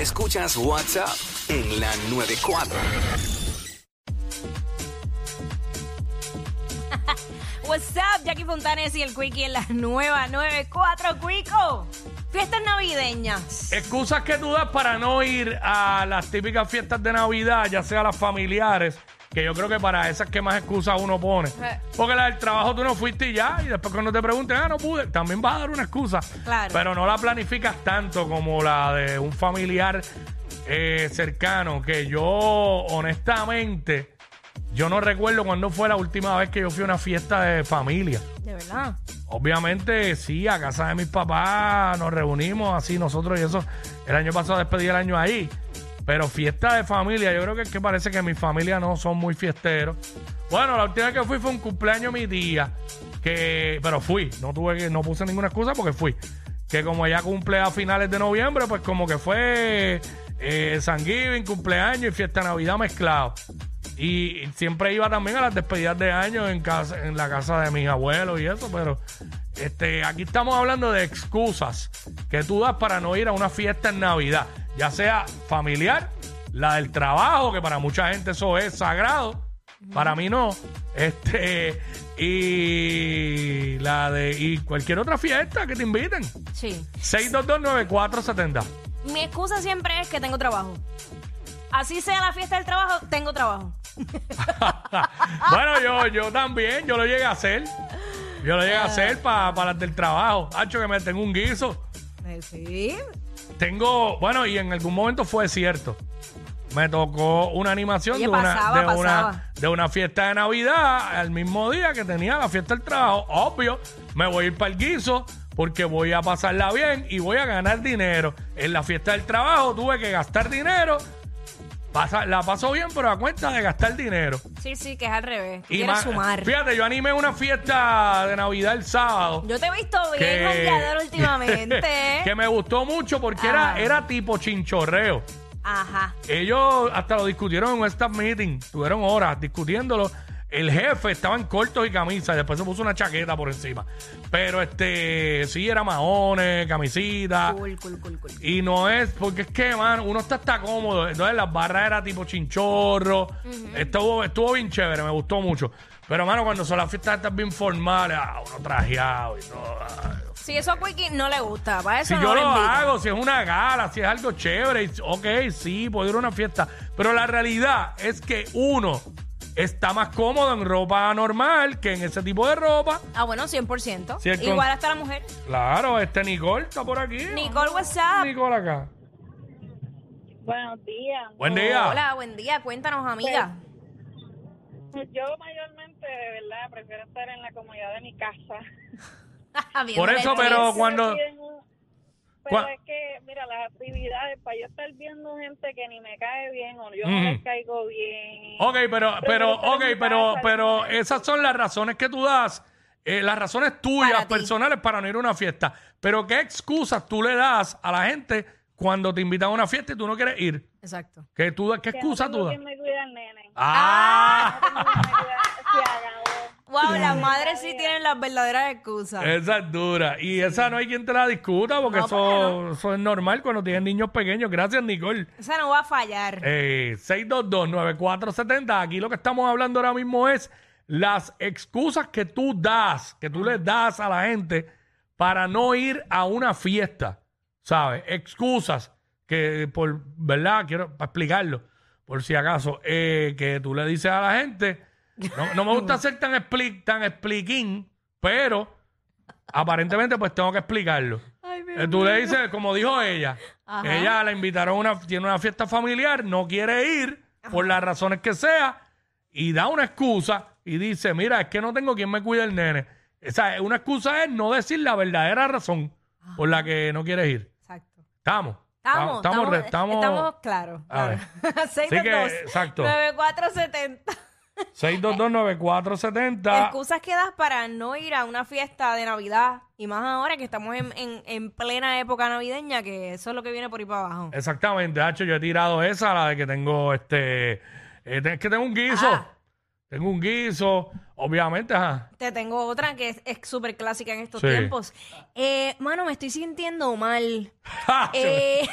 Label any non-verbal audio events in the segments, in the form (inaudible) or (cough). Escuchas WhatsApp en la 94. What's up, Jackie Fontanes y el Quickie en las nuevas 94, Quico. Fiestas navideñas. Excusas que tú das para no ir a las típicas fiestas de Navidad, ya sea las familiares, que yo creo que para esas que más excusas uno pone. Porque la del trabajo tú no fuiste y ya, y después cuando te pregunten, ah, no pude, también vas a dar una excusa. Claro. Pero no la planificas tanto como la de un familiar eh, cercano, que yo, honestamente, yo no recuerdo cuándo fue la última vez que yo fui a una fiesta de familia. De verdad. Obviamente, sí, a casa de mis papás nos reunimos así nosotros y eso. El año pasado despedí el año ahí. Pero fiesta de familia, yo creo que es que parece que mi familia no son muy fiesteros. Bueno, la última vez que fui fue un cumpleaños de mi tía, que, pero fui, no tuve que, no puse ninguna excusa porque fui. Que como ella cumple a finales de noviembre, pues como que fue eh, San cumpleaños y fiesta de Navidad mezclado. Y siempre iba también a las despedidas de año en casa, en la casa de mis abuelos y eso, pero este, aquí estamos hablando de excusas que tú das para no ir a una fiesta en Navidad, ya sea familiar, la del trabajo, que para mucha gente eso es sagrado, para mí no, este, y la de y cualquier otra fiesta que te inviten. Sí. 6229470. Mi excusa siempre es que tengo trabajo. Así sea la fiesta del trabajo, tengo trabajo. bueno, yo, yo también, yo lo llegué a hacer. Yo lo llegué a hacer para las del trabajo. Hacho, que me tengo un guiso. Sí. Tengo, bueno, y en algún momento fue cierto. Me tocó una animación Oye, de, una, pasaba, de, pasaba. Una, de una fiesta de Navidad al mismo día que tenía la fiesta del trabajo. Obvio, me voy a ir para el guiso porque voy a pasarla bien y voy a ganar dinero. En la fiesta del trabajo tuve que gastar dinero. Pasa- la paso bien, pero a cuenta de gastar dinero. Sí, sí, que es al revés. Y Quiero ma- sumar. Fíjate, yo animé una fiesta de Navidad el sábado. Yo te he visto bien que, rodeador (laughs) últimamente. que me gustó mucho Ah. porque era, era tipo chinchorreo. Ajá. Ellos hasta lo discutieron en un staff meeting. Tuvieron horas discutiéndolo. El jefe estaba en cortos y camisa. Y después se puso una chaqueta por encima. Pero este, sí, era maones, camisita. Cool, cool, cool, cool. Y no es, porque es que, mano, uno está hasta cómodo. Entonces las barras era tipo chinchorro. estuvo, estuvo bien chévere, me gustó mucho. Pero, mano, cuando son las fiestas estas bien formales, ah, uno trajeado y todo. ah. Si eso a Quickie no le gusta, para eso Si no yo le lo invito. hago, si es una gala, si es algo chévere, y- ok, sí, puedo ir a una fiesta. Pero la realidad es que uno está más cómodo en ropa normal que en ese tipo de ropa. Ah, bueno, 100%. Si el con- Igual hasta la mujer. Claro, este Nicole está por aquí. Nicole, WhatsApp. Nicole acá. Buenos días. Buen día. Oh, Hola, buen día. Cuéntanos, amiga. Yo mayormente, de verdad, prefiero estar en la comodidad de mi casa. (laughs) Viendo Por eso, Netflix. pero cuando... Pero Cua- es que, mira, las actividades, para yo estar viendo gente que ni me cae bien o yo Ujú. no les caigo bien. Pues Ok, pero, pero, estar en ok, mi pero, casa, pero esas son las razones que tú das, eh, las razones tuyas Para ti. personales para no ir a una fiesta. Pero ¿qué excusas tú le das a la gente cuando te invitan a una fiesta y tú no quieres ir? Exacto. ¿Qué, tú, das- qué que excusa no tú tengo das? quien me cuida (laughs) el nene. Ah, No tengo quien me cuida- se acabó. Wow, las madres sí tienen las verdaderas excusas. esa es dura. Y esa no hay quien te la discuta porque No, eso, porque eso es normal cuando tienes niños pequeños. Gracias, Nicole. Esa no va a fallar. Eh, 622-9470. Aquí lo que estamos hablando ahora mismo es las excusas que tú das, que tú le das a la gente para no ir a una fiesta. ¿Sabes? Excusas que, por, ¿verdad? Quiero para explicarlo, por si acaso, eh, que tú le dices a la gente. No, no me gusta ser tan, expli tan expliquín, pero aparentemente pues tengo que explicarlo. Ay, mi Eh, Tú le dices, como dijo ella, Ajá. ella la invitaron a una, tiene una fiesta familiar, no quiere ir, por las razones que sea, y da una excusa y dice, mira, es que no tengo quien me cuide el nene. O sea, una excusa es no decir la verdadera razón por la que no quieres ir. Exacto. Estamos. Estamos, Estamos, re- estamos, estamos claros. A ver. (laughs) Así que, exacto. 9470. 6229470. Excusas que das para no ir a una fiesta de Navidad. Y más ahora que estamos en, en- en plena época navideña, que eso es lo que viene por ahí para abajo. Eh. Exactamente, Hacho, yo he tirado esa, la de que tengo este... eh, es que tengo un guiso. Ajá. Tengo un guiso, obviamente, ajá. (laughs) Te tengo otra que es- es súper clásica en estos Sí. (laughs) tiempos. Eh, mano, me estoy sintiendo mal. Ja, Eh,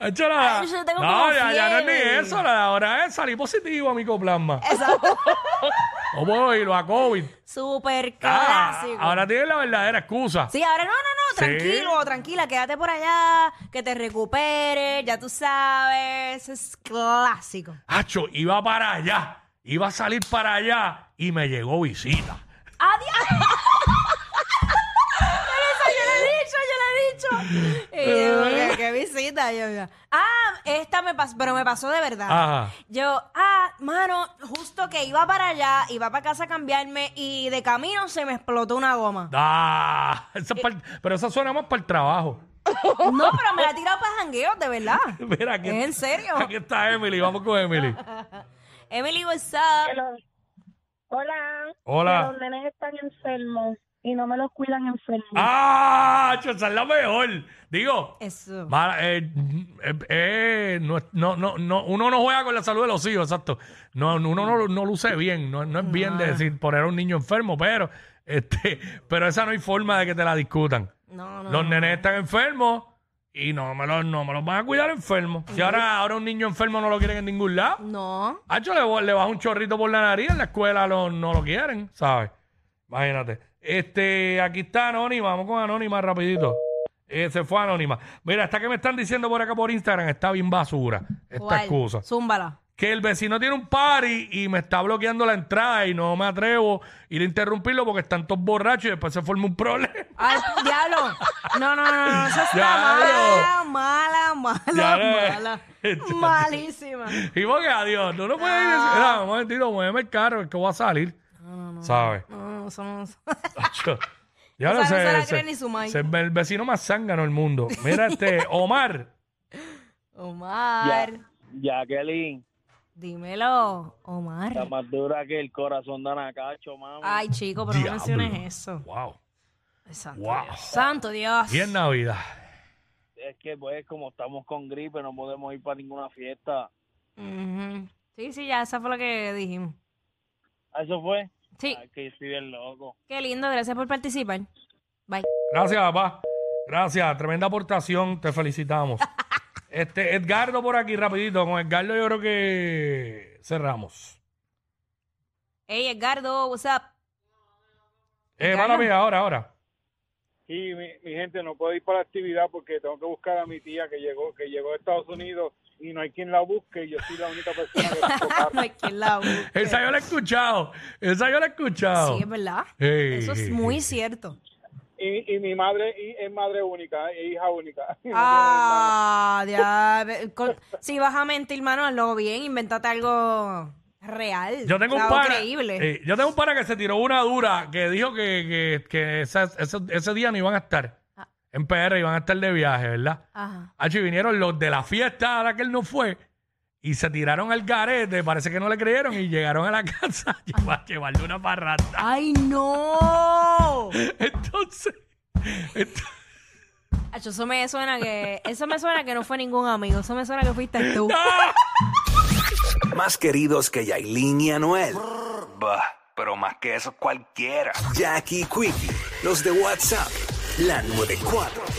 Hecho la- Ay, yo tengo no, como ya, ya no es fiebre. ni eso. La ahora es salir positivo a micoplasma. (laughs) Exacto. O puedo irlo a COVID. Super Ah, clásico. ahora tienes la verdadera excusa. Sí, ahora no, no, no, Sí. tranquilo, tranquila, quédate por allá, que te recuperes, ya tú sabes, es clásico. Hacho, iba para allá, iba a salir para allá y me llegó visita. ¡Adiós! (laughs) Pero eso yo lo he dicho, yo lo he dicho. Y yo, ¿qué, qué visita? Yo, yo, ah, esta me pasó, pero me pasó de verdad. Ajá. Yo, ah, mano, justo que iba para allá, iba para casa a cambiarme y de camino se me explotó una goma. Ah, esa es pa'l- pero esa suena más para el trabajo. (laughs) No, pero me la he tirado para jangueos, de verdad. Mira, aquí, ¿En (laughs) serio? Aquí está Emily, vamos (laughs) con Emily. Emily, what's up? Que los- Hola. Hola. Que Los nenes están enfermos y no me los cuidan enfermos. ¡Ah! Hacho, esa es la mejor. Digo, Eso. ma- eh, eh, eh, no, es- no, no, no, uno no juega con la salud de los hijos, exacto. No, no, uno no, no luce bien, no, no es bien Ah. de decir poner a un niño enfermo, pero, (laughs) este, pero esa no hay forma de que te la discutan. No, no. Los no. nenes están enfermos y no me los, no me los van a cuidar enfermos. Si ahora, ahora un niño enfermo no lo quieren en ningún lado, No. hacho, le, bo- le baja un chorrito por la nariz, en la escuela lo- no lo quieren, ¿sabes? Imagínate. Este, aquí está Anónima, vamos con Anónima rapidito. Eh, se fue Anónima. Mira, esta que me están diciendo por acá por Instagram está bien basura, esta ¿Cuál? excusa. Zúmbala. Que el vecino tiene un party y me está bloqueando la entrada y no me atrevo ir a interrumpirlo porque están todos borrachos y después se forma un (laughs) problema. Ay, diablo. No, no, no, no. Eso está mala, Diablo. mala, mala, Diablo. (laughs) mala. Chacho. Malísima. Y porque adiós, tú no puedes ir y decir, mira, un momentito, muéveme el carro, es que voy a salir. ¿Sabes? Ah. No, eso no. eso- Acho. Ya lo Esa no se la sé. cree ni su mai. se- El vecino más zángano del mundo. (laughs) Mira este, Omar. Omar. Jacqueline, Dímelo, Omar. está más dura que el corazón de Anacacho, mami. Ay, chico, pero no Diablo. menciones eso. Wow. Ay, Santo Wow. Dios. Santo Dios. Y en Navidad. Es que, pues, como estamos con gripe, no podemos ir para ninguna fiesta. Ujú. Sí, sí, ya, esa fue la que dijimos. ¿Ah, ¿Eso fue? Sí, Ay, que estoy bien loco. qué lindo, gracias por participar. Bye. Gracias, papá. Gracias, tremenda aportación, te felicitamos. Este, Edgardo por aquí, rapidito. Con Edgardo yo creo que cerramos. Hey, Edgardo, what's up? (laughs) Eh, Edgardo. mala mía, ahora, ahora. Sí, mi, mi gente, no puedo ir para la actividad porque tengo que buscar a mi tía que llegó que llegó a Estados Unidos y no hay quien la busque y yo soy la única persona (laughs) que la puedo tocar. Ay, qué lado. Sí, Esa yo la he escuchado. Esa yo la he escuchado. es verdad. Ey. Eso es muy cierto. Y, y mi madre y es madre única, es hija única. (laughs) No Ah, ya. ve- con- si vas a mentir, mano, hazlo bien. Inventate algo real. Yo tengo un algo pana. creíble. eh, yo tengo un pana que se tiró una dura que dijo que, que- que esa- ese, ese día no iban a estar. Ah. En PR iban a estar de viaje, ¿verdad? Ajá. Hacho, y vinieron los de la fiesta a la que él no fue y se tiraron al garete. Parece que no le creyeron y llegaron a la (laughs) casa a llevar- llevarle una parranda. ¡Ay, no! Entonces. ent- Acho, eso me suena que. Eso me suena que no fue ningún amigo. Eso me suena que fuiste (laughs) tú. ¡Ah! Más queridos que Yailin y Anuel. Bah, pero más que eso cualquiera. Jackie Quickie, los de WhatsApp, la 94.